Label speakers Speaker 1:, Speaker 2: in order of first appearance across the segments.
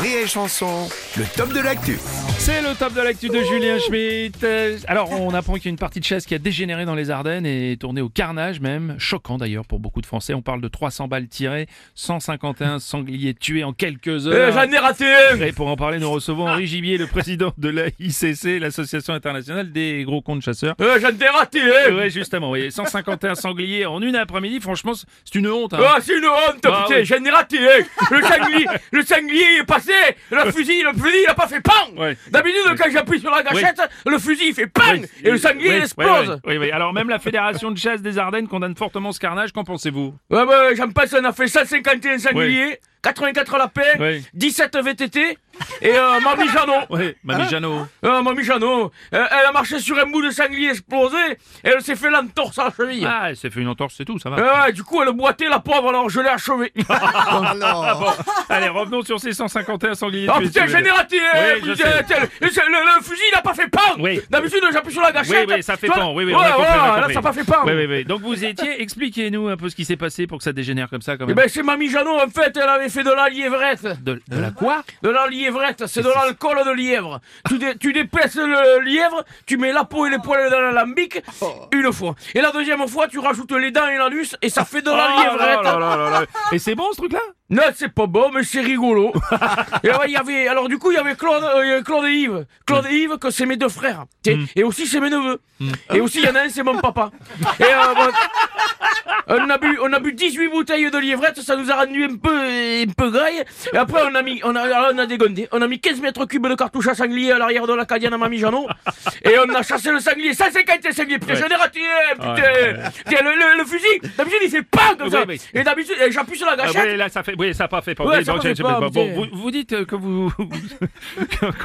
Speaker 1: Rire et chanson, le top de l'actu.
Speaker 2: C'est le top de l'actu de Julien Schmitt. Euh, Alors, on apprend qu'il y a une partie de chasse qui a dégénéré dans les Ardennes et est tournée au carnage même. Choquant d'ailleurs pour beaucoup de Français. On parle de 300 balles tirées, 151 sangliers tués en quelques
Speaker 3: Euh,
Speaker 2: heures.
Speaker 3: raté
Speaker 2: Et pour en parler, nous recevons Henri Gibier, le président de la ICC, l'Association internationale des gros comptes chasseurs.
Speaker 3: euh, J'en ai raté
Speaker 2: Ouais, justement, oui. 151 sangliers en une après-midi, franchement, c'est une honte. hein.
Speaker 3: Ah, c'est une honte,
Speaker 2: Ah,
Speaker 3: putain,
Speaker 2: oui.
Speaker 3: j'en ai raté hein. Le sanglier, le sanglier est passé, le fusil, le fusil, il a pas fait pan
Speaker 2: Ouais.
Speaker 3: D'habitude, quand j'appuie sur la gâchette, le fusil il fait pan
Speaker 2: Oui,
Speaker 3: et le sanglier
Speaker 2: oui,
Speaker 3: il explose
Speaker 2: Oui, oui, oui. Alors même la Fédération de chasse des Ardennes condamne fortement ce carnage, qu'en pensez-vous
Speaker 3: Ouais, bah, j'en passe, on a fait 151 sangliers, 84 lapins,
Speaker 2: Oui.
Speaker 3: 17 VTT, et euh, Mamie Jeannot
Speaker 2: Oui, Mamie Jeannot.
Speaker 3: Euh, Mamie Jeannot, euh, elle a marché sur un bout de sanglier explosé, et elle s'est fait l'entorse à la cheville
Speaker 2: Ah, elle s'est fait une entorse, c'est tout, ça va.
Speaker 3: Euh, du coup, elle boitait la pauvre, alors je l'ai achevée.
Speaker 2: Allez, revenons sur ces 151 sangliers.
Speaker 3: Ah
Speaker 2: tués, si vous
Speaker 3: putain,
Speaker 2: voulez.
Speaker 3: génératif
Speaker 2: Oui, je sais.
Speaker 3: le, le fusil, il a pas fait pan
Speaker 2: Oui.
Speaker 3: D'habitude, j'appuie sur la
Speaker 2: Oui,
Speaker 3: gâchette
Speaker 2: oui, ça fait
Speaker 3: Tu vois,
Speaker 2: pan. Oui, oui, on
Speaker 3: ouais,
Speaker 2: a compris, on a
Speaker 3: voilà,
Speaker 2: compris.
Speaker 3: là, ça a pas fait pan
Speaker 2: Oui, oui, oui. Donc vous étiez, expliquez-nous un peu ce qui s'est passé pour que ça dégénère comme ça, quand
Speaker 3: Eh
Speaker 2: même.
Speaker 3: ben, c'est Mamie Jeannot, en fait, elle avait fait de la liévrette
Speaker 2: de, de la quoi
Speaker 3: De la liévrette, c'est de l'alcool de lièvre Tu, dé- tu dépèces le lièvre, tu mets la peau et les poils dans l'alambic,
Speaker 2: Oh.
Speaker 3: une fois. Et la deuxième fois, tu rajoutes les dents et l'anus, et ça fait de la
Speaker 2: Oh
Speaker 3: liévrette
Speaker 2: là là là là. Et c'est bon ce truc-là
Speaker 3: Non, c'est pas bon, mais c'est rigolo. et ouais, il y avait, alors du coup, il y avait Claude, euh, Claude et Yves. Claude
Speaker 2: Mm.
Speaker 3: et Yves, que c'est mes deux frères. T'sais, Et aussi, c'est mes neveux. Et aussi, il y en a un, c'est mon papa. Et euh, bon, on, a bu, on a bu 18 bouteilles de lièvrette, ça nous a rendu un peu, un peu graille. Et après, on a mis, on a, alors, on a dégondé. On a mis 15 mètres cubes de cartouches à sanglier à l'arrière de la Cadienne à Mamie Jeannot. Et on a chassé le sanglier. 150 sangliers, putain,
Speaker 2: Ouais.
Speaker 3: j'en ai raté, un, putain. Tiens, le, le- le fusil, d'habitude, il fait pas comme
Speaker 2: Oui,
Speaker 3: ça.
Speaker 2: mais-
Speaker 3: Et d'habitude, j'appuie sur la
Speaker 2: Ah,
Speaker 3: gâchette.
Speaker 2: oui, là, ça fait, oui, ça a pas fait.
Speaker 3: Ouais,
Speaker 2: oui,
Speaker 3: ça a
Speaker 2: donc,
Speaker 3: pas fait
Speaker 2: c'est-
Speaker 3: pas,
Speaker 2: bon, bon,
Speaker 3: putain.
Speaker 2: vous, vous dites euh, que vous,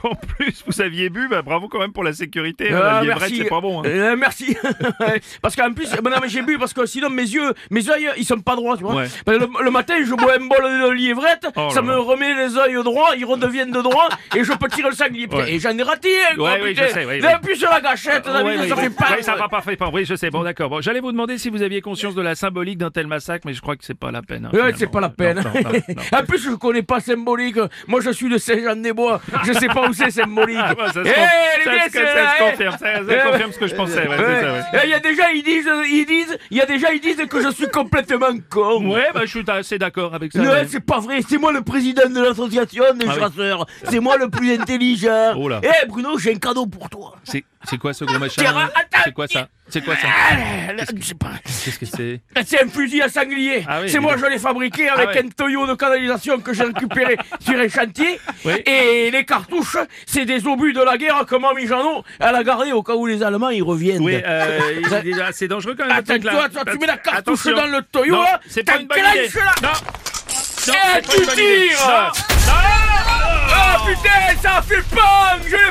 Speaker 2: qu'en plus vous aviez bu, bah, bravo quand même pour la sécurité. hein,
Speaker 3: Ah,
Speaker 2: la lièvrette, c'est pas bon. hein.
Speaker 3: Euh, merci. parce qu'en plus, bah non, mais j'ai bu parce que sinon mes yeux, mes yeux, ils sont pas droits, tu vois.
Speaker 2: Ouais.
Speaker 3: Parce que le, le matin, je bois un bol de lièvrette,
Speaker 2: Oh
Speaker 3: ça
Speaker 2: là
Speaker 3: me
Speaker 2: là.
Speaker 3: remet les yeux droits, ils redeviennent de droit et je peux tirer le sanglier.
Speaker 2: Ouais.
Speaker 3: Et j'en ai raté un, quoi,
Speaker 2: Ouais, oui,
Speaker 3: putain.
Speaker 2: je sais, oui, oui.
Speaker 3: D'un plus sur la gâchette,
Speaker 2: Ouais,
Speaker 3: d'habitude,
Speaker 2: ouais,
Speaker 3: ça
Speaker 2: ouais.
Speaker 3: fait pas.
Speaker 2: Ouais, ça va pas fait pas. Oui, je sais. Bon, d'accord. Bon, j'allais vous demander si vous aviez conscience de la symbolique d'un tel massacre, mais je crois que c'est pas la peine. hein,
Speaker 3: Ouais,
Speaker 2: finalement.
Speaker 3: c'est pas la peine.
Speaker 2: Non, non, non, non.
Speaker 3: en plus, je connais pas symbolique. Moi, je suis de Saint-Jean-des-Bois. Je sais pas où c'est symbolique.
Speaker 2: Ah, bah, ça se
Speaker 3: Eh,
Speaker 2: con-
Speaker 3: les
Speaker 2: ça
Speaker 3: gars,
Speaker 2: se-
Speaker 3: c'est
Speaker 2: ça
Speaker 3: là,
Speaker 2: se
Speaker 3: eh.
Speaker 2: confirme. Ça- ça
Speaker 3: Eh,
Speaker 2: confirme ce que je pensais. ouais, c'est ça, ouais.
Speaker 3: Il y a déjà, ils disent, ils disent, il y a déjà, ils disent que je suis complètement con.
Speaker 2: Ouais, bah, je suis assez d'accord avec ça.
Speaker 3: Non,
Speaker 2: ouais.
Speaker 3: c'est pas vrai, c'est moi le président de l'association des
Speaker 2: Ah oui.
Speaker 3: chasseurs, c'est moi le plus intelligent.
Speaker 2: Oh là.
Speaker 3: Eh Bruno, j'ai un cadeau pour toi.
Speaker 2: C'est c'est quoi ce gros machin
Speaker 3: Tiens,
Speaker 2: là
Speaker 3: attends.
Speaker 2: C'est quoi ça C'est quoi ça
Speaker 3: Ah,
Speaker 2: Eh,
Speaker 3: là, là, je sais pas.
Speaker 2: Qu'est-ce que c'est
Speaker 3: Eh, C'est un fusil à sanglier.
Speaker 2: Ah oui,
Speaker 3: c'est
Speaker 2: mais
Speaker 3: moi,
Speaker 2: bon.
Speaker 3: je l'ai fabriqué avec
Speaker 2: ouais.
Speaker 3: un tuyau de canalisation que j'ai récupéré sur un chantier.
Speaker 2: Oui.
Speaker 3: Et les cartouches, c'est des obus de la guerre que Mamie Jeannot, elle a gardé au cas où les Allemands ils reviennent.
Speaker 2: Oui, euh, il est déjà- c'est dangereux quand même.
Speaker 3: Attends,
Speaker 2: le truc,
Speaker 3: toi,
Speaker 2: là.
Speaker 3: toi, tu mets la cartouche
Speaker 2: Attention.
Speaker 3: dans le hein tuyau,
Speaker 2: Non,
Speaker 3: là,
Speaker 2: C'est pas une bonne
Speaker 3: t'enclenches,
Speaker 2: idée.
Speaker 3: là.
Speaker 2: Non, non,
Speaker 3: Eh,
Speaker 2: c'est pas
Speaker 3: tu
Speaker 2: une bonne idée.
Speaker 3: tires
Speaker 2: Non.
Speaker 3: Ah putain, ça fait pang J'ai